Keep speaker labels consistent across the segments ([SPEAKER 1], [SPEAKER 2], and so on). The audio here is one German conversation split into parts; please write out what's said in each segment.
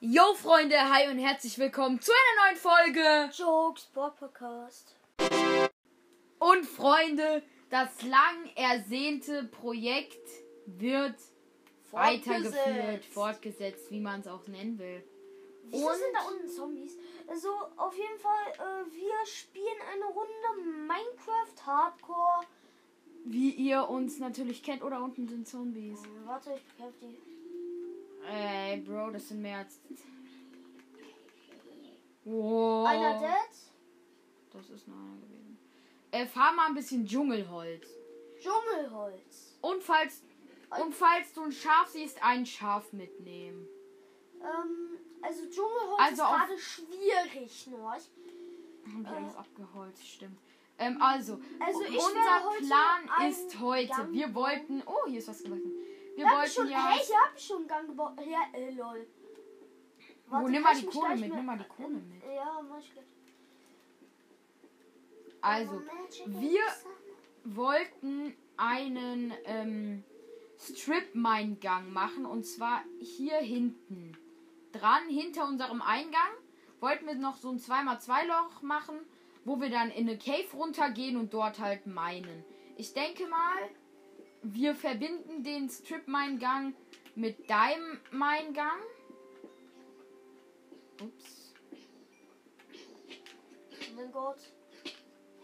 [SPEAKER 1] Yo Freunde, hi und herzlich willkommen zu einer neuen Folge.
[SPEAKER 2] Jokes, Bob Podcast.
[SPEAKER 1] Und Freunde, das lang ersehnte Projekt wird weitergeführt, fortgesetzt, wie man es auch nennen will.
[SPEAKER 2] Wieso
[SPEAKER 1] Und-
[SPEAKER 2] sind da unten Zombies? Also, auf jeden Fall, äh, wir spielen eine Runde Minecraft Hardcore.
[SPEAKER 1] Wie ihr uns natürlich kennt, oder unten sind Zombies.
[SPEAKER 2] Äh, Warte, ich bekämpfe die.
[SPEAKER 1] Ey, Bro, das sind mehr als. Wow.
[SPEAKER 2] Einer dead.
[SPEAKER 1] Das ist noch einer gewesen. Äh, fahr mal ein bisschen Dschungelholz.
[SPEAKER 2] Dschungelholz.
[SPEAKER 1] Und falls, und falls du ein Schaf siehst, ein Schaf mitnehmen.
[SPEAKER 2] Ähm, also Dschungelholz
[SPEAKER 1] Also
[SPEAKER 2] ist
[SPEAKER 1] auf-
[SPEAKER 2] gerade schwierig, Norch.
[SPEAKER 1] Haben wir alles abgeholzt, stimmt. Ähm, also,
[SPEAKER 2] Äh. Also ich
[SPEAKER 1] unser
[SPEAKER 2] werde heute
[SPEAKER 1] Plan
[SPEAKER 2] einen
[SPEAKER 1] ist heute.
[SPEAKER 2] Gang
[SPEAKER 1] Wir wollten. Oh, hier ist was gewachsen. Wir
[SPEAKER 2] Da hab ich
[SPEAKER 1] wollten
[SPEAKER 2] schon,
[SPEAKER 1] ja.
[SPEAKER 2] hey, hier hab ich schon einen Gang gebaut. Ja, äh, lol.
[SPEAKER 1] oh, nimm
[SPEAKER 2] kann
[SPEAKER 1] mal
[SPEAKER 2] ich
[SPEAKER 1] die
[SPEAKER 2] mich
[SPEAKER 1] Kohle
[SPEAKER 2] gleich
[SPEAKER 1] mit,
[SPEAKER 2] mehr-
[SPEAKER 1] nimm mal die Kohle mit.
[SPEAKER 2] Ja, mach ich gleich.
[SPEAKER 1] Also,
[SPEAKER 2] Magic
[SPEAKER 1] wir
[SPEAKER 2] Elixir.
[SPEAKER 1] wollten einen ähm, Strip-Mine-Gang machen und zwar hier hinten. Dran, hinter unserem Eingang, wollten wir noch so ein 2x2-Loch machen, wo wir dann in eine Cave runtergehen und dort halt meinen. Ich denke mal, wir verbinden den Strip-Mine-Gang mit deinem Mine-Gang. Ups.
[SPEAKER 2] Oh mein Gott.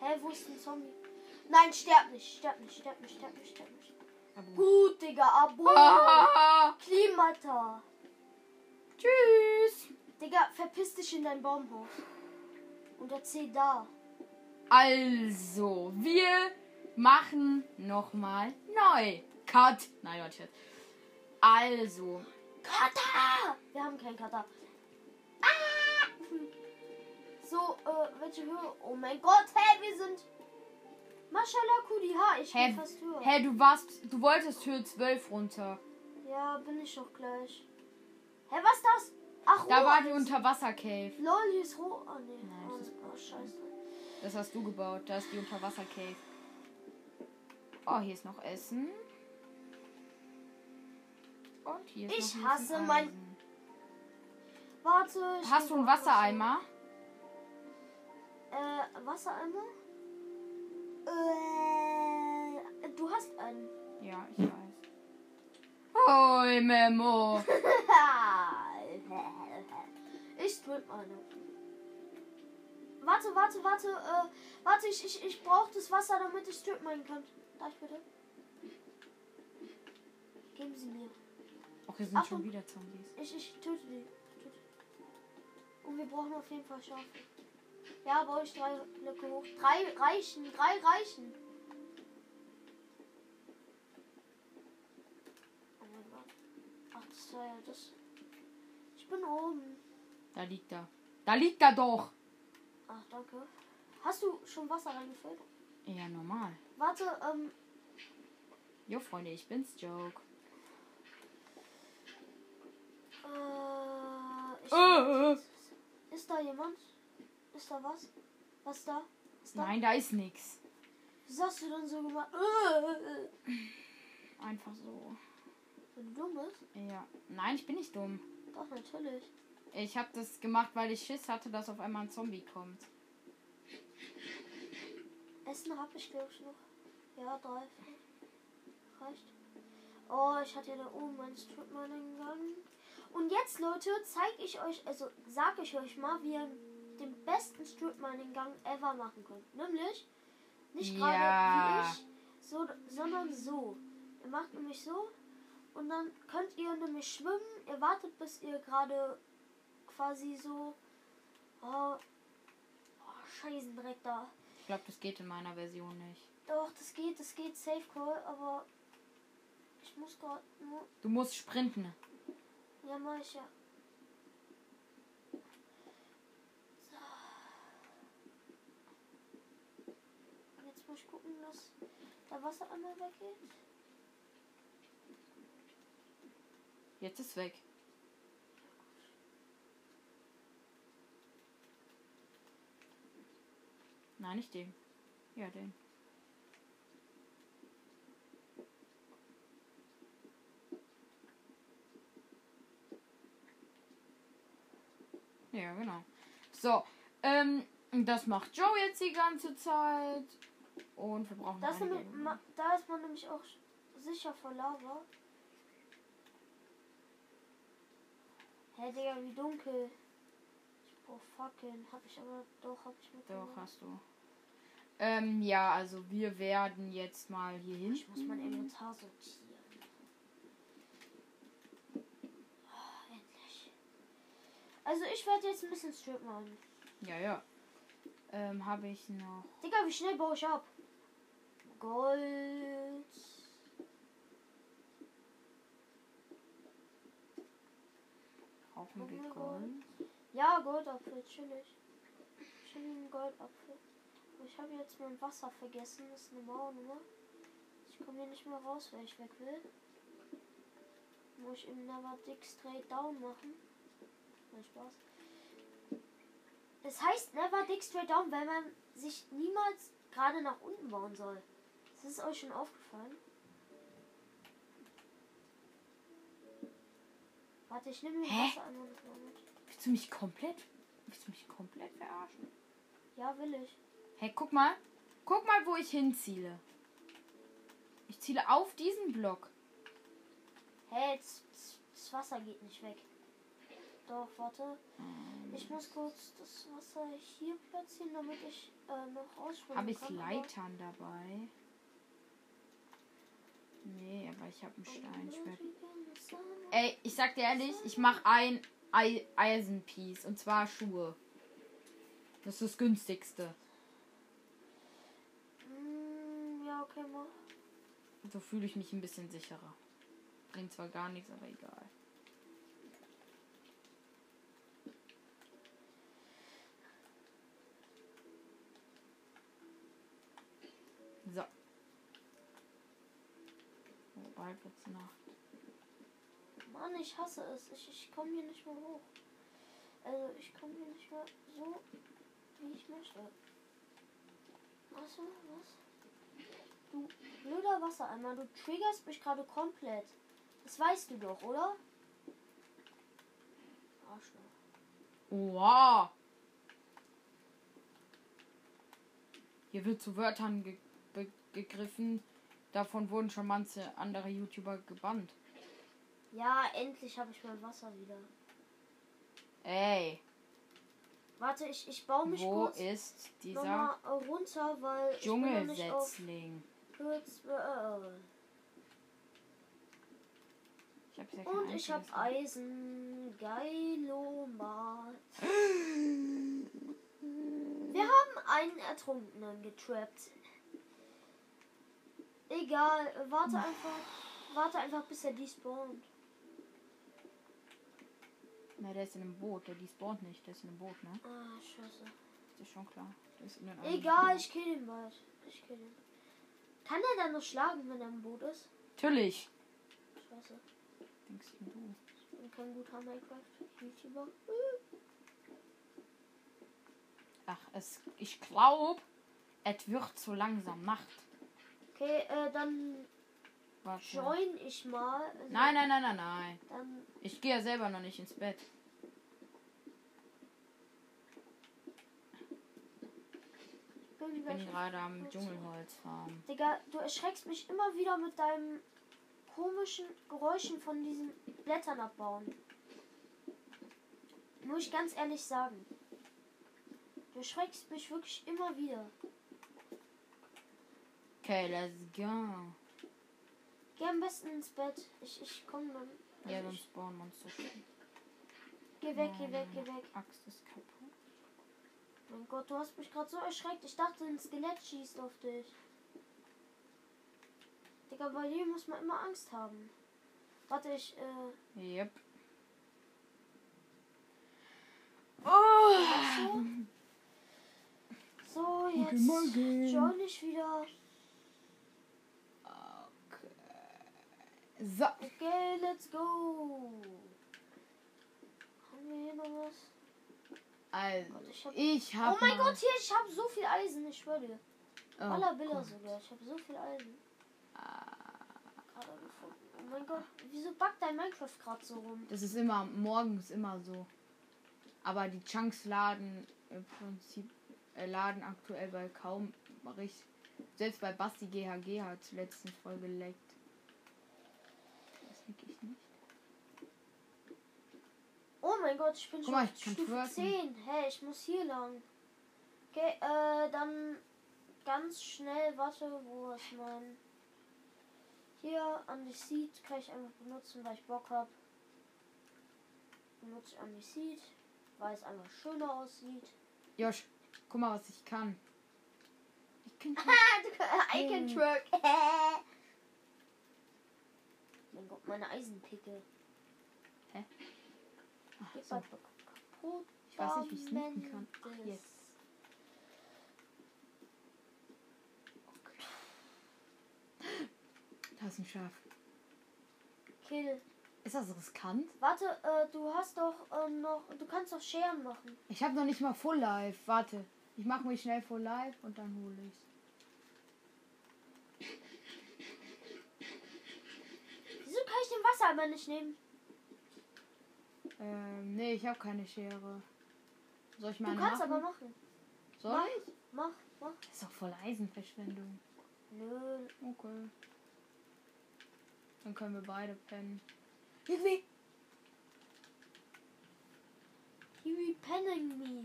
[SPEAKER 2] Hä, wo ist ein Zombie? Nein, sterb nicht, sterb nicht, sterb nicht, sterb nicht, sterb nicht.
[SPEAKER 1] Abo.
[SPEAKER 2] Gut, Digga, Abo.
[SPEAKER 1] Ah,
[SPEAKER 2] Klimata.
[SPEAKER 1] tschüss.
[SPEAKER 2] Digga, verpiss dich in dein Baumhaus. Und erzähl da.
[SPEAKER 1] Also, wir machen nochmal neu. Cut. Nein, warte. jetzt. Also,
[SPEAKER 2] Kater! Wir haben keinen Kater. Ah! So, äh, welche Höhe? Oh mein Gott, hey, wir sind. Maschallah QDH, ich
[SPEAKER 1] Hä?
[SPEAKER 2] bin fast höher.
[SPEAKER 1] hey, du warst, du wolltest Höhe 12 runter.
[SPEAKER 2] Ja, bin ich doch gleich. Hä, was ist das? Ach,
[SPEAKER 1] Da war die
[SPEAKER 2] Rohreis.
[SPEAKER 1] Unterwasser-Cave.
[SPEAKER 2] Lol, hier ist roh. Oh, nee.
[SPEAKER 1] Nein, das ist
[SPEAKER 2] oh, oh, scheiße.
[SPEAKER 1] Das hast du gebaut. Da ist die Unterwasser-Cave. Oh, hier ist noch Essen. Und hier ist
[SPEAKER 2] Ich
[SPEAKER 1] noch ein bisschen
[SPEAKER 2] hasse mein-
[SPEAKER 1] Eisen.
[SPEAKER 2] Warte. ich
[SPEAKER 1] Hast
[SPEAKER 2] muss
[SPEAKER 1] du einen
[SPEAKER 2] mal kurz-
[SPEAKER 1] Wassereimer?
[SPEAKER 2] Äh, Wassereimer? Äh, du hast einen.
[SPEAKER 1] Ja, ich weiß. Hoi, Memo.
[SPEAKER 2] ich drück meine. Warte, warte, warte, äh, warte, ich, ich, ich brauche das Wasser, damit ich Strip meinen kann. Darf ich bitte? Geben Sie mir.
[SPEAKER 1] Ach, hier sind
[SPEAKER 2] Achtung.
[SPEAKER 1] schon wieder Zombies.
[SPEAKER 2] Ich, ich töte die. Töte. Und wir brauchen auf jeden Fall Schafe. Ja, baue ich drei Blöcke hoch. Drei reichen, drei reichen. Oh mein Gott. Ach, das war ja das. Ich bin oben.
[SPEAKER 1] Da liegt er. Da liegt er doch.
[SPEAKER 2] Ach, danke. Hast du schon Wasser reingefüllt?
[SPEAKER 1] Ja, normal.
[SPEAKER 2] Warte, ähm,
[SPEAKER 1] Jo, Freunde, ich bin's, Joke.
[SPEAKER 2] äh, ich
[SPEAKER 1] Äh, äh.
[SPEAKER 2] Ist da jemand? Ist da was? Was da? Ist da?
[SPEAKER 1] Nein, da ist nix.
[SPEAKER 2] Wieso hast du denn so gemacht? Äh, äh, äh.
[SPEAKER 1] Einfach so.
[SPEAKER 2] Wenn du dumm bist?
[SPEAKER 1] Ja. Nein, ich bin nicht dumm.
[SPEAKER 2] Doch, natürlich.
[SPEAKER 1] Ich habe das gemacht, weil ich Schiss hatte, dass auf einmal ein Zombie kommt.
[SPEAKER 2] Essen habe ich, glaube ich, noch. Ja, drei. vier. Reicht. Oh, ich hatte ja da oben meinen Strip Mining Gun. Und jetzt, Leute, zeige ich euch, also sage ich euch mal, wie ihr den besten Strip Mining Gang ever machen könnt. Nämlich nicht gerade
[SPEAKER 1] Ja.
[SPEAKER 2] wie ich, so, sondern so. Ihr macht nämlich so und dann könnt ihr nämlich schwimmen. Ihr wartet, bis ihr gerade quasi so. Oh, oh Scheißen direkt da.
[SPEAKER 1] Ich glaube, das geht in meiner Version nicht.
[SPEAKER 2] Doch, das geht, das geht, Safe Call, aber ich muss gerade nur.
[SPEAKER 1] Du musst sprinten.
[SPEAKER 2] Ja, mach ich ja. So. Und Jetzt muss ich gucken, dass der Wasser einmal weggeht.
[SPEAKER 1] Jetzt ist weg. Nein, nicht den. Ja, den. Ja, genau. So, ähm, das macht Joe jetzt die ganze Zeit. Und wir brauchen
[SPEAKER 2] Da ist,
[SPEAKER 1] noch eine
[SPEAKER 2] nämlich,
[SPEAKER 1] gelbe
[SPEAKER 2] ma,
[SPEAKER 1] Nummer.
[SPEAKER 2] da ist man nämlich auch sch- sicher vor Lava. Hä, hey, Digga, wie dunkel. Oh, fucking. Hab ich aber doch, hab ich
[SPEAKER 1] Doch,
[SPEAKER 2] mitgenommen.
[SPEAKER 1] hast du. Ähm, ja, also wir werden jetzt mal hier hin.
[SPEAKER 2] Ich muss mein Inventar sortieren. Oh, endlich. Also, ich werde jetzt ein bisschen Strip machen.
[SPEAKER 1] Ja, ja. Ähm, habe ich noch.
[SPEAKER 2] Digga, wie schnell baue ich ab? Gold.
[SPEAKER 1] Brauchen wir
[SPEAKER 2] Brauchen wir
[SPEAKER 1] Gold?
[SPEAKER 2] Ja, Goldapfel, chillig. Chilligen Goldapfel. Aber ich habe jetzt mein Wasser vergessen, das ist eine Mauernummer. Ich komme hier nicht mehr raus, weil ich weg will. Muss ich im Never Dick Straight Down machen. Nein, Spaß. Es heißt Never Dick Straight Down, weil man sich niemals gerade nach unten bauen soll. Das ist euch schon aufgefallen. Warte, ich nehme mir
[SPEAKER 1] Hä?
[SPEAKER 2] Wasser an und Moment.
[SPEAKER 1] Willst du mich komplett? Willst du mich komplett verarschen?
[SPEAKER 2] Ja, will ich.
[SPEAKER 1] Hey, guck mal. Guck mal, wo ich hinziele. Ich ziele auf diesen Block.
[SPEAKER 2] Hey, jetzt, das Wasser geht nicht weg. Doch, warte. Ich muss kurz das Wasser hier platzieren, damit ich äh, noch ausspringen
[SPEAKER 1] Habe ich
[SPEAKER 2] kann. aber-
[SPEAKER 1] Leitern dabei? Nee, aber ich habe
[SPEAKER 2] Oh,
[SPEAKER 1] ein Steinschwert. Ey, ich sag dir ehrlich, ich mache ein Ei Eisenpiece und zwar Schuhe. Das ist das günstigste.
[SPEAKER 2] Mm, ja, okay, mach.
[SPEAKER 1] So fühle ich mich ein bisschen sicherer. Bringt zwar gar nichts, aber egal. So. Oh, bald wird's Nacht.
[SPEAKER 2] Mann, ich hasse es. Ich, ich komme hier nicht mehr hoch. Also, ich komme hier nicht mehr so, wie ich möchte. Achso, was? Du blöder Wassereimer, du triggerst mich gerade komplett. Das weißt du doch, oder? Arschloch.
[SPEAKER 1] Wow. Hier wird zu Wörtern ge be gegriffen. Davon wurden schon manche andere YouTuber gebannt.
[SPEAKER 2] Ja, endlich habe ich mein Wasser wieder.
[SPEAKER 1] Ey,
[SPEAKER 2] Warte, ich, ich baue mich
[SPEAKER 1] wo
[SPEAKER 2] kurz
[SPEAKER 1] ist dieser
[SPEAKER 2] nochmal äh, runter, weil ich bin noch nicht auf
[SPEAKER 1] Dschungelsetzling?
[SPEAKER 2] Höhe zwei-
[SPEAKER 1] Ich hab ja kein
[SPEAKER 2] Und ich habe
[SPEAKER 1] einziges Mal-
[SPEAKER 2] Eisen. Geilomat. Wir haben einen Ertrunkenen getrappt. Egal, äh, warte einfach. Warte einfach, bis er despawnt.
[SPEAKER 1] Na, der ist in einem Boot, der die spawnt nicht, der ist in einem Boot, ne?
[SPEAKER 2] Ah, scheiße.
[SPEAKER 1] Das ist schon klar. Der ist in einem
[SPEAKER 2] Egal,
[SPEAKER 1] Boot.
[SPEAKER 2] ich kill ihn bald. Ich kill ihn. Kann er dann noch schlagen, wenn er im Boot ist?
[SPEAKER 1] Natürlich.
[SPEAKER 2] Scheiße.
[SPEAKER 1] Denkst du?
[SPEAKER 2] Ich bin kein guter Minecraft-YouTuber.
[SPEAKER 1] Ach, es, ich glaub, es wird so langsam Nacht.
[SPEAKER 2] Okay, äh, dann
[SPEAKER 1] Warte.
[SPEAKER 2] join ich mal. Also,
[SPEAKER 1] Nein, nein, nein, nein, nein.
[SPEAKER 2] Dann,
[SPEAKER 1] Ich gehe ja selber noch nicht ins Bett.
[SPEAKER 2] ich bin
[SPEAKER 1] Ich bin gerade am Dschungelholz farmen.
[SPEAKER 2] Digga, du erschreckst mich immer wieder mit deinen komischen Geräuschen von diesen Blättern abbauen. Muss ich ganz ehrlich sagen. Du erschreckst mich wirklich immer wieder.
[SPEAKER 1] Okay, let's go.
[SPEAKER 2] Geh am besten ins Bett. Ich, ich komm dann.
[SPEAKER 1] Ja,
[SPEAKER 2] Also
[SPEAKER 1] sonst
[SPEAKER 2] ich,
[SPEAKER 1] spawnen Monster.
[SPEAKER 2] geh weg, geh weg, geh weg.
[SPEAKER 1] Axt ist kaputt.
[SPEAKER 2] Mein Gott, du hast mich gerade so erschreckt. Ich dachte, ein Skelett schießt auf dich. Digga, bei dir muss man immer Angst haben. Warte, ich, äh,
[SPEAKER 1] Yep. Oh!
[SPEAKER 2] so. So, jetzt join ich wieder.
[SPEAKER 1] So.
[SPEAKER 2] Okay, let's go. Haben wir hier noch was?
[SPEAKER 1] Also,
[SPEAKER 2] Gott, ich hab...
[SPEAKER 1] ich habe.
[SPEAKER 2] Oh mein Gott, hier, ich habe so viel Eisen, ich schwöre dir.
[SPEAKER 1] Oh.
[SPEAKER 2] Aller Bilder
[SPEAKER 1] Gott.
[SPEAKER 2] sogar, ich habe so viel Eisen. Ah. Gerade gefunden. Oh mein Gott, wieso backt dein Minecraft gerade so rum?
[SPEAKER 1] Das ist immer morgens immer so. Aber die Chunks laden im Prinzip äh, laden aktuell bei kaum richtig. Selbst bei Basti GHG hat letzten Folge geleckt. Das denke ich nicht.
[SPEAKER 2] Oh mein Gott, ich bin
[SPEAKER 1] Guck
[SPEAKER 2] schon
[SPEAKER 1] mal,
[SPEAKER 2] auf
[SPEAKER 1] ich kann
[SPEAKER 2] Stufe
[SPEAKER 1] twerken.
[SPEAKER 2] 10. Hey, ich muss hier lang. Okay, äh, dann ganz schnell, warte, wo ist mein... Hier, Undeceit kann ich einfach benutzen, weil ich Bock hab. Benutze ich Undeceit, weil es einfach schöner aussieht.
[SPEAKER 1] Josh, guck mal, was ich kann. Ich kann
[SPEAKER 2] I
[SPEAKER 1] Hm.
[SPEAKER 2] can twerk. mein Gott, meine Eisenpickel.
[SPEAKER 1] Hä?
[SPEAKER 2] Ach,
[SPEAKER 1] so.
[SPEAKER 2] kaputt.
[SPEAKER 1] Ich weiß nicht, wie ich's nicken kann. Ach, jetzt. Da ist ein Schaf.
[SPEAKER 2] Kill.
[SPEAKER 1] Ist das riskant?
[SPEAKER 2] Warte, äh, du hast doch äh, noch. Du kannst doch Scheren machen.
[SPEAKER 1] Ich habe noch nicht mal Full Life. Warte. Ich mache mich schnell Full Life und dann hole ich's.
[SPEAKER 2] Wieso kann ich den Wassereimer nicht nehmen?
[SPEAKER 1] Ähm, nee, ich habe keine Schere. Soll ich
[SPEAKER 2] Du
[SPEAKER 1] mal eine
[SPEAKER 2] kannst
[SPEAKER 1] machen?
[SPEAKER 2] aber machen.
[SPEAKER 1] Soll ich?
[SPEAKER 2] Mach, mach.
[SPEAKER 1] Das ist doch voll Eisenverschwendung.
[SPEAKER 2] Nö.
[SPEAKER 1] Okay. Dann können wir beide pennen. Irgendwie.
[SPEAKER 2] You repenning me.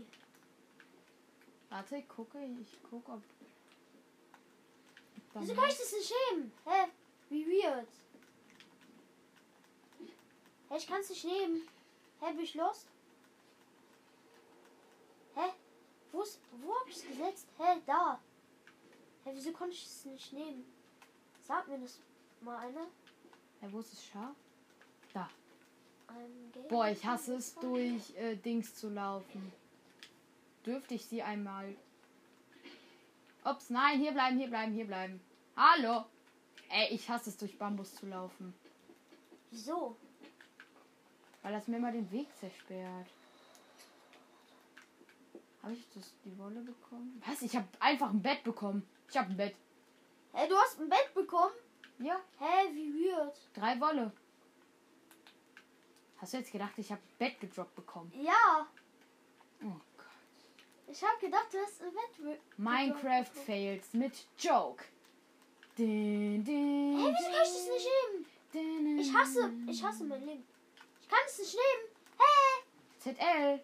[SPEAKER 1] Warte, ich gucke. Ich gucke, ob. Dann-
[SPEAKER 2] Wieso kann ich das nicht nehmen? Hä? Wie weird. Hä, ich kann's nicht nehmen. Hä, bin ich lost? Hä? Wo ist, wo hab ich's gesetzt? Hä, da. Hä, wieso konnte ich es nicht nehmen? Sag mir das mal einer.
[SPEAKER 1] Hä, wo ist das Schaf?
[SPEAKER 2] Ein Game-
[SPEAKER 1] Boah, ich hasse es, durch äh, Dings zu laufen. Dürfte ich sie einmal. Ups, nein, hier bleiben, hier bleiben, hier bleiben. Hallo! Ey, ich hasse es, durch Bambus zu laufen.
[SPEAKER 2] Wieso?
[SPEAKER 1] Weil das mir immer den Weg zersperrt. Habe ich das, die Wolle bekommen? Was? Ich habe einfach ein Bett bekommen. Ich habe ein Bett.
[SPEAKER 2] Hä, du hast ein Bett bekommen?
[SPEAKER 1] Ja,
[SPEAKER 2] Hä, wie weird.
[SPEAKER 1] drei Wolle. Hast du jetzt gedacht, ich habe ein Bett gedroppt bekommen?
[SPEAKER 2] Ja,
[SPEAKER 1] Oh Gott.
[SPEAKER 2] ich hab gedacht, du hast ein Bett be-
[SPEAKER 1] Minecraft
[SPEAKER 2] bekommen.
[SPEAKER 1] fails mit Joke. Din, din,
[SPEAKER 2] Hä, wieso kann ich das nicht nehmen?
[SPEAKER 1] din, din,
[SPEAKER 2] Ich hasse, ich hasse mein Leben. Ich kann es nicht nehmen. Hey,
[SPEAKER 1] ZL.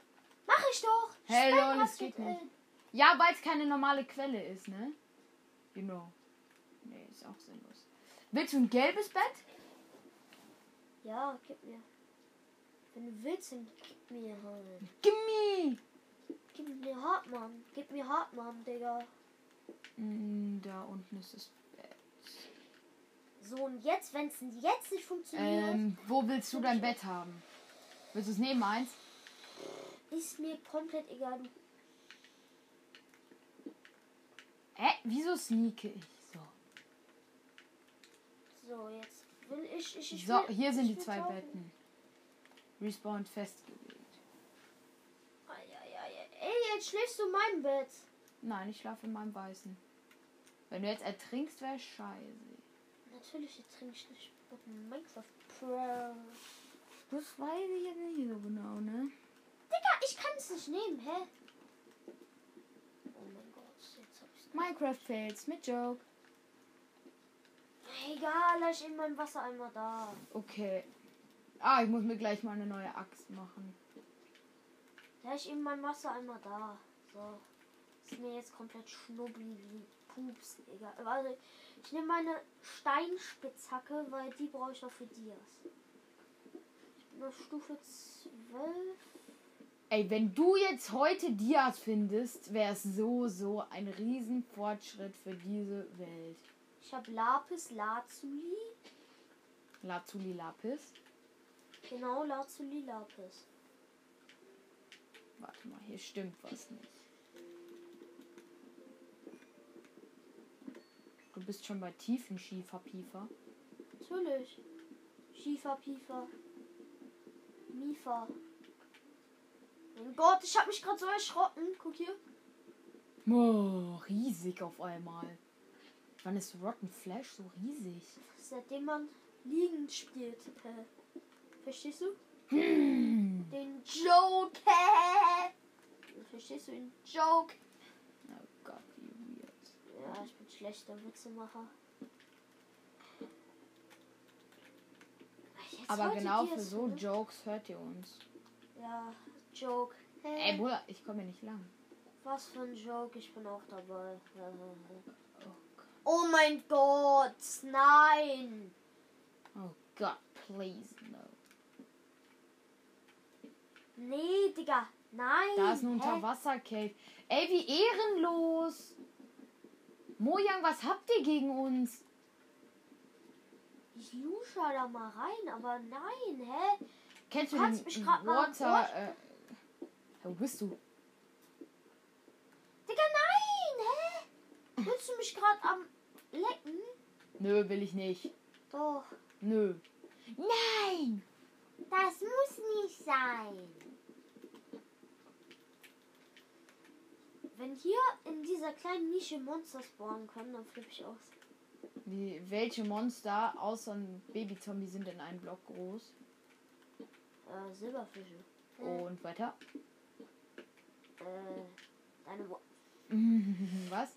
[SPEAKER 2] mach ich doch.
[SPEAKER 1] Hey,
[SPEAKER 2] Spam
[SPEAKER 1] lol, es
[SPEAKER 2] Passwort,
[SPEAKER 1] geht nicht.
[SPEAKER 2] äh,
[SPEAKER 1] Ja, weil es keine normale Quelle ist, ne? Genau. Nee, ist auch sinnlos. Willst du ein gelbes Bett?
[SPEAKER 2] Ja, gib mir. Wenn du willst, dann gib mir halt.
[SPEAKER 1] Gimme!
[SPEAKER 2] Gib mir Hartmann. Gib mir Hartmann, Digga.
[SPEAKER 1] Mm, Da unten ist das Bett.
[SPEAKER 2] So, und jetzt, wenn es jetzt nicht funktioniert,
[SPEAKER 1] Ähm, wo willst du dein Bett haben? Willst du es neben eins?
[SPEAKER 2] ist mir komplett egal.
[SPEAKER 1] Hä? wieso sneake ich? So,
[SPEAKER 2] So, jetzt will ich, ich, ich
[SPEAKER 1] so
[SPEAKER 2] will,
[SPEAKER 1] hier sind
[SPEAKER 2] ich
[SPEAKER 1] die
[SPEAKER 2] will
[SPEAKER 1] zwei
[SPEAKER 2] tauchen.
[SPEAKER 1] Betten. Respawn festgelegt.
[SPEAKER 2] Eieiei. Ey, jetzt schläfst du in meinem Bett.
[SPEAKER 1] Nein, ich schlafe in meinem weißen. Wenn du jetzt ertrinkst, wäre scheiße.
[SPEAKER 2] Natürlich, jetzt trinke ich nicht mit Minecraft Pro.
[SPEAKER 1] Das weiß ich jetzt nicht so genau, ne?
[SPEAKER 2] Digga, ich kann es nicht nehmen, hä? Oh mein Gott, jetzt hab ich's.
[SPEAKER 1] Minecraft fails mit Joke.
[SPEAKER 2] Egal, lass in meinem Wassereimer da.
[SPEAKER 1] Okay. Ah, ich muss mir gleich mal eine neue Axt machen.
[SPEAKER 2] Lass in meinem Wassereimer da. So. Ist mir jetzt komplett schnubbelig. wie Pups, egal. Also, ich nehme meine Steinspitzhacke, weil die brauche ich noch für Dias. Ich bin auf Stufe 12.
[SPEAKER 1] Ey, wenn du jetzt heute Dias findest, wäre es so, so ein Riesenfortschritt für diese Welt.
[SPEAKER 2] Ich habe Lapis Lazuli.
[SPEAKER 1] Lazuli Lapis.
[SPEAKER 2] Genau, Lazuli Lapis.
[SPEAKER 1] Warte mal, hier stimmt was nicht. Du bist schon bei tiefen Schieferpiefer.
[SPEAKER 2] Natürlich. Schiefer, Piefer. Miefer. Mein Gott, ich hab mich gerade so erschrocken. Guck hier.
[SPEAKER 1] Oh, riesig auf einmal. Wann ist Rotten Flash so riesig?
[SPEAKER 2] Seitdem man
[SPEAKER 1] Hm.
[SPEAKER 2] liegend spielt. Äh, verstehst du? Den Joker! Verstehst du den Joke?
[SPEAKER 1] Oh Gott, wie weird.
[SPEAKER 2] Ja, ich bin schlechter Witzemacher. Jetzt
[SPEAKER 1] Aber
[SPEAKER 2] wollte
[SPEAKER 1] genau
[SPEAKER 2] die
[SPEAKER 1] für
[SPEAKER 2] jetzt-
[SPEAKER 1] so Jokes hört ihr uns.
[SPEAKER 2] Ja, Joke. Äh.
[SPEAKER 1] Ey, Bruder, ich komme nicht lang.
[SPEAKER 2] Was für ein Joke, ich bin auch dabei.
[SPEAKER 1] Oh Gott.
[SPEAKER 2] Oh mein Gott, nein!
[SPEAKER 1] Oh Gott, please no.
[SPEAKER 2] Nee, Digga, nein!
[SPEAKER 1] Da ist ein
[SPEAKER 2] Hä?
[SPEAKER 1] Unterwassercave. Ey, wie ehrenlos. Mojang, was habt ihr gegen uns?
[SPEAKER 2] Ich lusche da mal rein, aber nein, hä?
[SPEAKER 1] Kennst du
[SPEAKER 2] Du kannst
[SPEAKER 1] den
[SPEAKER 2] mich grad mal am
[SPEAKER 1] Water... Äh, wo bist du?
[SPEAKER 2] Digga, nein, hä? Willst du mich gerade am lecken?
[SPEAKER 1] Nö, will ich nicht.
[SPEAKER 2] Doch,
[SPEAKER 1] Nö. Nein!
[SPEAKER 2] das muss nicht sein. Wenn hier in dieser kleinen Nische Monster spawnen können, dann flippe ich aus.
[SPEAKER 1] Wie, welche Monster außer ein Babyzombie sind in einem Block groß?
[SPEAKER 2] Äh, Silberfische.
[SPEAKER 1] Und weiter.
[SPEAKER 2] Äh, deine Wo
[SPEAKER 1] Was?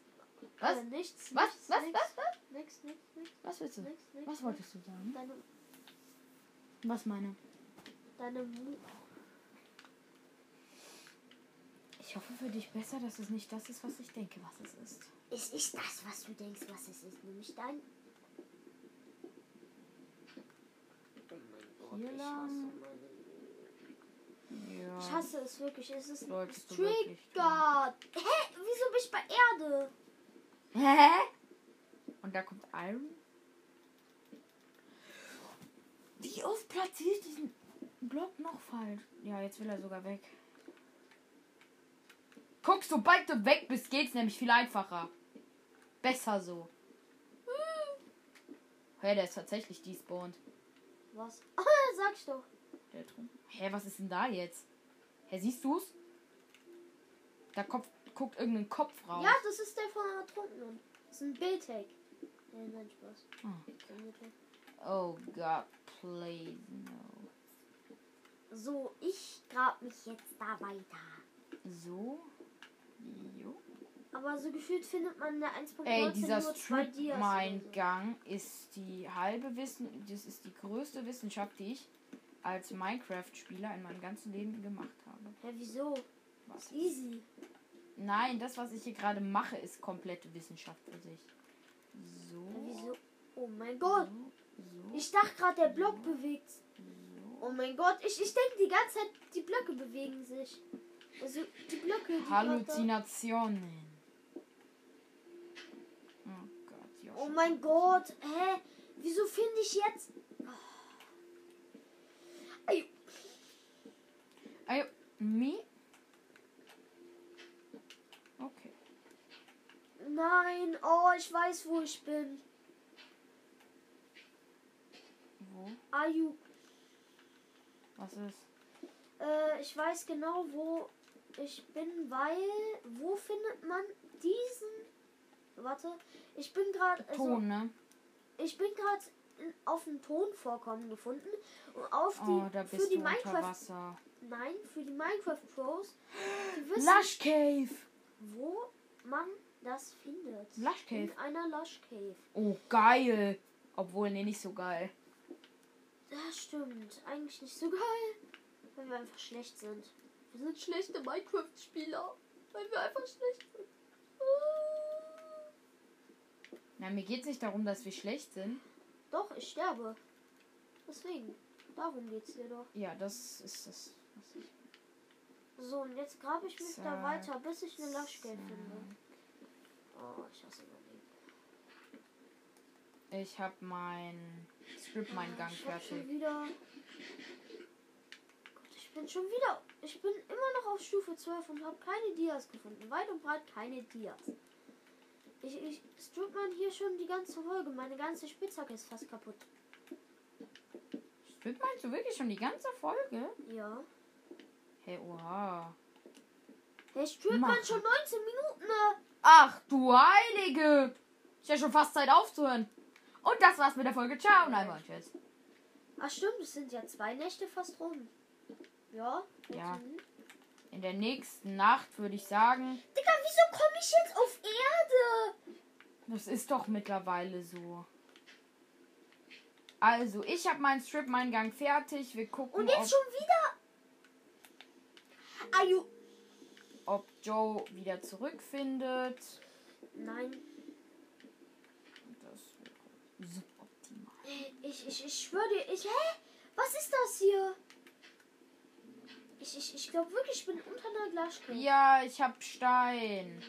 [SPEAKER 1] Was?
[SPEAKER 2] Äh, nichts,
[SPEAKER 1] Was?
[SPEAKER 2] nichts,
[SPEAKER 1] Was?
[SPEAKER 2] nichts,
[SPEAKER 1] Was? Was?
[SPEAKER 2] Nix, nix, nix,
[SPEAKER 1] Was willst du?
[SPEAKER 2] nix, nix.
[SPEAKER 1] Was wolltest du sagen?
[SPEAKER 2] Deine,
[SPEAKER 1] Was meine?
[SPEAKER 2] deine Mu
[SPEAKER 1] Ich hoffe für dich besser, dass es nicht das ist, was ich denke, was es ist.
[SPEAKER 2] Es ist das, was du denkst, was es ist, nämlich dein. Oh mein Gott,
[SPEAKER 1] Hier
[SPEAKER 2] ich hasse
[SPEAKER 1] lang.
[SPEAKER 2] meine Liebe.
[SPEAKER 1] Ja.
[SPEAKER 2] Ich hasse es wirklich. Es ist ein
[SPEAKER 1] Solltest du
[SPEAKER 2] Street
[SPEAKER 1] wirklich tun.
[SPEAKER 2] Guard. Hä? Wieso bin ich bei Erde?
[SPEAKER 1] Hä? Und da kommt Iron? Wie oft platziere ich diesen Block noch falsch? Ja, jetzt will er sogar weg. Guck, sobald du weg bist, geht's nämlich viel einfacher. Besser so. Hm. Hä, der ist tatsächlich despawned.
[SPEAKER 2] Was? Sag ich doch.
[SPEAKER 1] Der Turm. Hä, was ist denn da jetzt? Hä, siehst du's? Da kommt, guckt irgendein Kopf raus.
[SPEAKER 2] Ja, das ist der von der Ertrunkenen. Das ist ein Bildtag. Nee, nein, Spaß.
[SPEAKER 1] Ah.
[SPEAKER 2] Kein Bildtag.
[SPEAKER 1] Oh Gott, please no.
[SPEAKER 2] So, ich grab mich jetzt da weiter.
[SPEAKER 1] So. Jo.
[SPEAKER 2] Aber so gefühlt findet man eine 1.19
[SPEAKER 1] Ey, dieser
[SPEAKER 2] nur zwei Dias oder so.
[SPEAKER 1] Strip-Mine-Gang ist die halbe Wissen, das ist die größte Wissenschaft, die ich als Minecraft-Spieler in meinem ganzen Leben gemacht habe.
[SPEAKER 2] Hä, wieso?
[SPEAKER 1] Was?
[SPEAKER 2] Easy.
[SPEAKER 1] Nein, das, was ich hier gerade mache, ist komplette Wissenschaft für sich. So.
[SPEAKER 2] Hä, wieso? Oh mein Gott.
[SPEAKER 1] So.
[SPEAKER 2] Ich dachte gerade, der Block bewegt.
[SPEAKER 1] so.
[SPEAKER 2] Oh mein Gott, ich, ich denke die ganze Zeit, die Blöcke bewegen sich. Also die Blöcke. Die gerade-
[SPEAKER 1] Halluzinationen. Oh Gott, Joshua.
[SPEAKER 2] Oh mein Gott, hä? Wieso finde ich jetzt.
[SPEAKER 1] Ay, me? Okay.
[SPEAKER 2] Nein, oh, ich weiß, wo ich bin.
[SPEAKER 1] Wo?
[SPEAKER 2] Are you.
[SPEAKER 1] Was ist?
[SPEAKER 2] Äh, ich weiß genau, wo ich bin, weil. Wo findet man diesen. Warte, ich bin gerade. Also,
[SPEAKER 1] Ton, ne?
[SPEAKER 2] ich bin gerade auf dem Tonvorkommen gefunden. Und auf die.
[SPEAKER 1] Oh, da
[SPEAKER 2] für
[SPEAKER 1] bist
[SPEAKER 2] die
[SPEAKER 1] du unter
[SPEAKER 2] Minecraft.
[SPEAKER 1] Wasser.
[SPEAKER 2] Nein, für die Minecraft Pros. Die wissen,
[SPEAKER 1] Lush Cave!
[SPEAKER 2] wo man das findet.
[SPEAKER 1] Lush Cave.
[SPEAKER 2] In einer Lush Cave.
[SPEAKER 1] Oh, geil! Obwohl, nee, nicht so geil.
[SPEAKER 2] Das stimmt. Eigentlich nicht so geil. Wenn wir einfach schlecht sind. Wir sind schlechte Minecraft-Spieler. Weil wir einfach schlecht sind. Ah.
[SPEAKER 1] Na, mir geht's nicht darum, dass wir schlecht sind.
[SPEAKER 2] Doch, ich sterbe. Deswegen. Darum geht's dir doch.
[SPEAKER 1] Ja, das ist das. was ich-
[SPEAKER 2] So, und jetzt grabe ich mich
[SPEAKER 1] Zack,
[SPEAKER 2] da weiter, bis ich eine Lush Cave finde. Oh, ich hasse mein Leben.
[SPEAKER 1] Ich hab mein Strip mein Gang
[SPEAKER 2] Ich hab schon
[SPEAKER 1] fertig.
[SPEAKER 2] wieder. Gott, ich bin schon wieder. Ich bin immer noch auf Stufe 12 und habe keine Dias gefunden. Weit und breit keine Dias. Ich, ich strip man hier schon die ganze Folge. Meine ganze Spitzhacke ist fast kaputt.
[SPEAKER 1] Strip meinst du wirklich schon die ganze Folge?
[SPEAKER 2] Ja.
[SPEAKER 1] Hey, oha.
[SPEAKER 2] Der strip
[SPEAKER 1] Mach.
[SPEAKER 2] man schon 19 Minuten. ne?
[SPEAKER 1] Ach du Heilige! Ist ja schon fast Zeit aufzuhören. Und das war's mit der Folge. Ciao und einmal tschüss.
[SPEAKER 2] Ach stimmt, es sind ja zwei Nächte fast rum. Ja.
[SPEAKER 1] Ja.
[SPEAKER 2] 19 Minuten.
[SPEAKER 1] in der nächsten Nacht, würde ich sagen.
[SPEAKER 2] Digga, wieso komme ich jetzt auf Erde?
[SPEAKER 1] Das ist doch mittlerweile so. Also, ich habe meinen Strip, meinen Gang fertig. Wir gucken,
[SPEAKER 2] Und jetzt
[SPEAKER 1] ob,
[SPEAKER 2] schon wieder. Are you.
[SPEAKER 1] ob Joe wieder zurückfindet.
[SPEAKER 2] Nein.
[SPEAKER 1] Das wäre suboptimal.
[SPEAKER 2] Ich, ich, ich schwöre dir. Ich. Hä? Was ist das hier? Ich, ich, ich glaube wirklich, ich bin unter einer Glasscheibe.
[SPEAKER 1] Ja, ich hab Stein.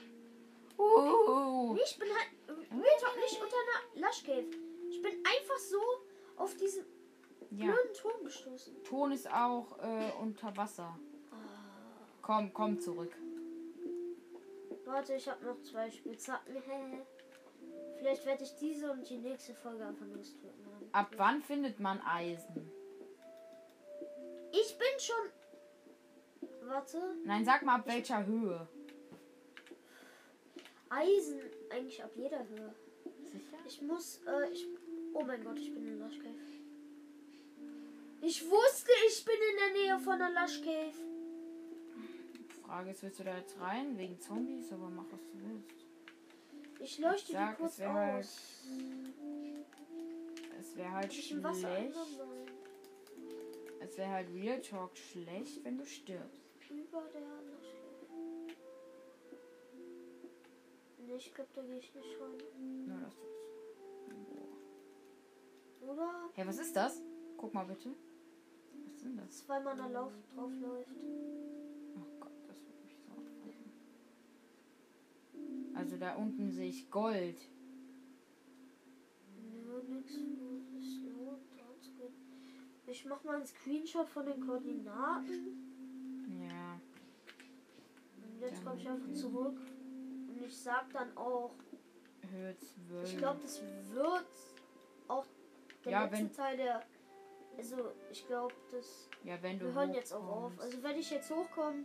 [SPEAKER 1] Uh,
[SPEAKER 2] Nee, ich bin halt. Real Talk nicht unter einer Lush Cave. Ich bin einfach so auf diesen
[SPEAKER 1] ja.
[SPEAKER 2] blöden Turm gestoßen. Ah,
[SPEAKER 1] Ton ist auch äh, unter Wasser. Komm, komm zurück.
[SPEAKER 2] Warte, ich habe noch zwei Spitzhacken. Vielleicht werde ich diese und die nächste Folge einfach nur töten haben.
[SPEAKER 1] Ab wann findet man Eisen?
[SPEAKER 2] Ich bin schon. Warte.
[SPEAKER 1] Nein, sag mal ab welcher Höhe.
[SPEAKER 2] Eisen eigentlich ab jeder Höhe.
[SPEAKER 1] Sicher?
[SPEAKER 2] Ich muss. Äh, ich, oh mein Gott, ich bin in der Lush Cave. Ich wusste, ich bin in der Nähe von der Lush Cave.
[SPEAKER 1] Frage ist, willst du da jetzt rein? Wegen Zombies, aber mach was du willst.
[SPEAKER 2] Ich leuchte
[SPEAKER 1] Ich sag,
[SPEAKER 2] die kurz
[SPEAKER 1] es wär- halt
[SPEAKER 2] aus.
[SPEAKER 1] Es wäre halt
[SPEAKER 2] Ich im Wasser
[SPEAKER 1] schlecht.
[SPEAKER 2] einsammeln.
[SPEAKER 1] Es wäre halt Real Talk schlecht, wenn du stirbst.
[SPEAKER 2] Über der Naschel. Nee, ich glaube, da gehe ich nicht rein.
[SPEAKER 1] Na, lass das. Boah.
[SPEAKER 2] Oder?
[SPEAKER 1] Hey, was ist das? Guck mal bitte. Was ist denn das?
[SPEAKER 2] Zweimal der Lauf drauf läuft.
[SPEAKER 1] Oh Gott, das würde mich so aufregen. Also da unten sehe ich Gold.
[SPEAKER 2] Nö, nix. wo es lohnt, sonst gut. Ich mach mal einen Screenshot von den Koordinaten.
[SPEAKER 1] Ja.
[SPEAKER 2] Und jetzt komme ich einfach zurück. Und ich sag dann auch,
[SPEAKER 1] Höhe 12.
[SPEAKER 2] ich glaube, das wird auch der
[SPEAKER 1] Ja,
[SPEAKER 2] letzte
[SPEAKER 1] wenn-
[SPEAKER 2] Teil der. Also, ich glaube, das.
[SPEAKER 1] ja, wenn du
[SPEAKER 2] Wir hören jetzt auch auf.
[SPEAKER 1] hochkommst.
[SPEAKER 2] Also, wenn ich jetzt hochkomme,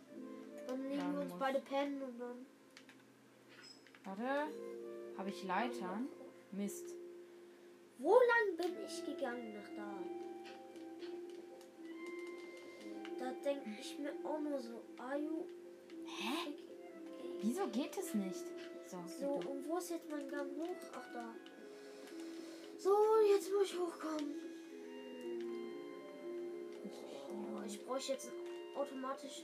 [SPEAKER 2] dann legen
[SPEAKER 1] Dann
[SPEAKER 2] wir uns
[SPEAKER 1] muss-
[SPEAKER 2] beide pennen und dann.
[SPEAKER 1] Warte. Habe ich Leitern? Mist.
[SPEAKER 2] Wo lang bin ich gegangen nach da? Da denke ich mir auch nur so, are you
[SPEAKER 1] Hä? Wieso geht es nicht? So, so.
[SPEAKER 2] so, und wo ist jetzt mein Gang hoch? Ach da. So, jetzt muss ich hochkommen. Oh, ich bräuchte jetzt automatisch.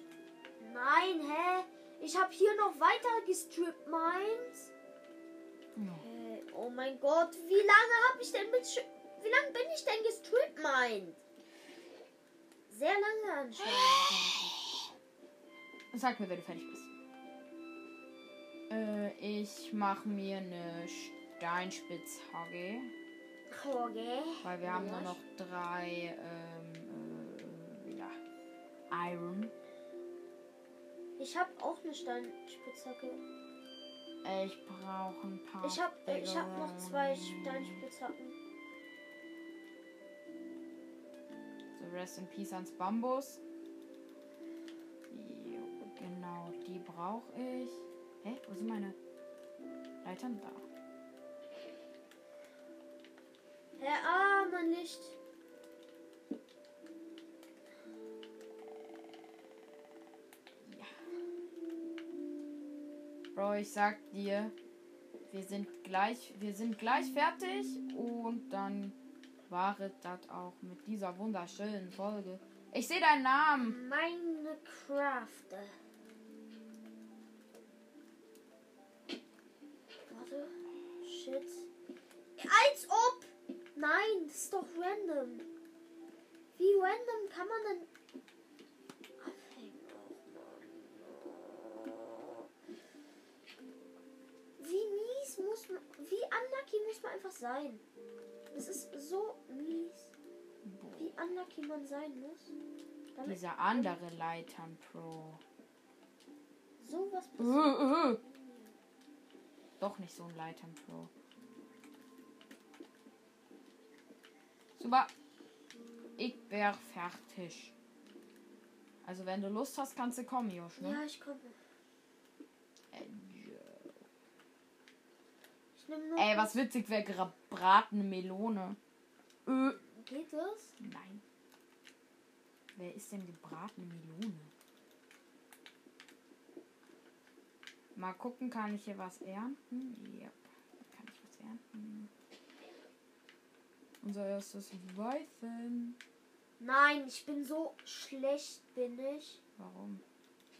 [SPEAKER 2] Nein, hä? Ich habe hier noch weiter gestrippt, meins. Hä? Oh mein Gott, wie lange habe ich denn mit Sch- wie lange bin ich denn gestrippt meint? Sehr lange anscheinend.
[SPEAKER 1] Sag mir, wenn du fertig bist. Äh, ich mache mir eine Steinspitzhacke,
[SPEAKER 2] Okay.
[SPEAKER 1] weil wir haben nur noch drei ähm, äh, ja, Iron.
[SPEAKER 2] Ich habe auch eine Steinspitzhacke.
[SPEAKER 1] Äh, Ich brauche ein paar.
[SPEAKER 2] Ich habe äh, ich habe noch zwei Steinspitzhacken.
[SPEAKER 1] So, Rest in Peace ans Bambus. Jo, genau, die brauche ich. Hä? Wo sind meine Leitern? Da.
[SPEAKER 2] Hä, ah, mein Licht.
[SPEAKER 1] Bro, ich sag dir, wir sind gleich, wir sind gleich fertig und dann waret das auch mit dieser wunderschönen Folge. Ich sehe deinen Namen.
[SPEAKER 2] Minecraft. Warte. Shit. Als ob! Nein, das ist doch random. Wie random kann man denn. Abhängen auch, Mann. Wie mies muss man. Wie unlucky muss man einfach sein? Das ist so mies,
[SPEAKER 1] Boah,
[SPEAKER 2] wie unlucky man sein muss. Damit
[SPEAKER 1] dieser andere Leitern, Pro.
[SPEAKER 2] sowas
[SPEAKER 1] Äh,
[SPEAKER 2] passiert.
[SPEAKER 1] äh. Doch nicht so ein Leitern, Pro. Super. Ich wär fertig. Also wenn du Lust hast, kannst du kommen, Josh, ne?
[SPEAKER 2] Ja, ich komme.
[SPEAKER 1] Äh,
[SPEAKER 2] Ich nehme nur.
[SPEAKER 1] Ey, was witzig wäre, gebratene Melone. Ö,
[SPEAKER 2] Geht das?
[SPEAKER 1] nein. Wer ist denn gebratene Melone? Mal gucken, kann ich hier was ernten? Ja, kann ich was ernten. Unser erstes Weizen.
[SPEAKER 2] Nein, ich bin so schlecht, bin ich.
[SPEAKER 1] Warum?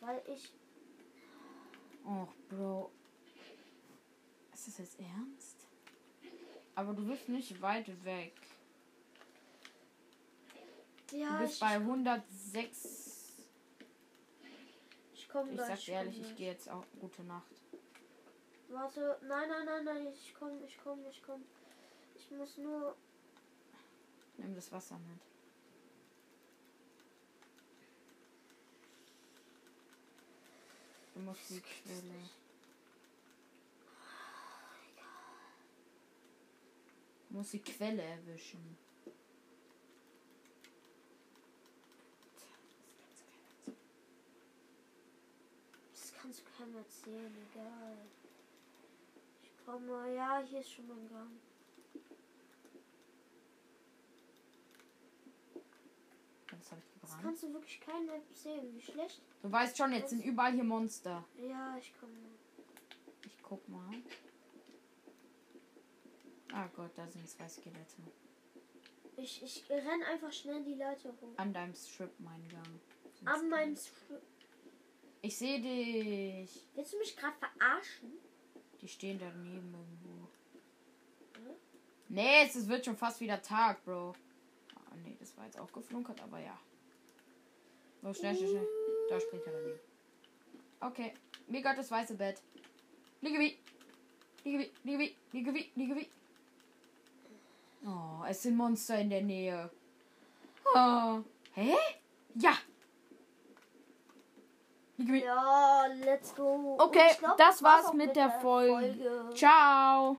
[SPEAKER 2] Weil ich.
[SPEAKER 1] Och, Bro. Ist das jetzt ernst? Aber du bist nicht weit weg. Du
[SPEAKER 2] Ja,
[SPEAKER 1] bist
[SPEAKER 2] ich,
[SPEAKER 1] bei 106.
[SPEAKER 2] ich komme
[SPEAKER 1] Ich
[SPEAKER 2] gleich.
[SPEAKER 1] sag dir
[SPEAKER 2] komm
[SPEAKER 1] ehrlich, ich
[SPEAKER 2] gleich.
[SPEAKER 1] gehe jetzt auch. Gute Nacht.
[SPEAKER 2] Warte, nein, nein, nein, nein, ich komme, ich komme, ich komme. Ich muss nur.
[SPEAKER 1] Nimm das Wasser mit. Du musst die Quelle. Du musst die Quelle erwischen.
[SPEAKER 2] Das kannst du keinem erzählen, egal. Ich komme, ja, hier ist schon mein Gang.
[SPEAKER 1] Das habe ich
[SPEAKER 2] Das
[SPEAKER 1] gebrannt.
[SPEAKER 2] kannst du wirklich keinem erzählen, wie schlecht.
[SPEAKER 1] Du weißt schon, jetzt sind überall hier Monster.
[SPEAKER 2] Ja, ich komme.
[SPEAKER 1] Ich guck mal. Ah Gott, da sind zwei Skelette.
[SPEAKER 2] Ich, ich renne einfach schnell die Leiter hoch.
[SPEAKER 1] An deinem Strip, mein Gang. Sind
[SPEAKER 2] An meinem.
[SPEAKER 1] Skelette.
[SPEAKER 2] Str-
[SPEAKER 1] Ich sehe dich.
[SPEAKER 2] Willst du mich gerade verarschen?
[SPEAKER 1] Die stehen daneben irgendwo.
[SPEAKER 2] Hm?
[SPEAKER 1] Nee, es ist- wird schon fast wieder Tag, Bro. Ah, nee, das war jetzt auch geflunkert, aber ja. So, schnell, schnell, schnell. Da springt er daneben. Okay. Mir gehört das weiße Bett. Liege wie. Liege wie, liege wie, liege wie, liege wie. Oh, es sind Monster in der Nähe. Oh. Hä? Ja. Liege wie.
[SPEAKER 2] Ja, let's go.
[SPEAKER 1] Okay,
[SPEAKER 2] Und ich glaub,
[SPEAKER 1] das war's
[SPEAKER 2] auch
[SPEAKER 1] mit der Folge.
[SPEAKER 2] Folge.
[SPEAKER 1] Ciao.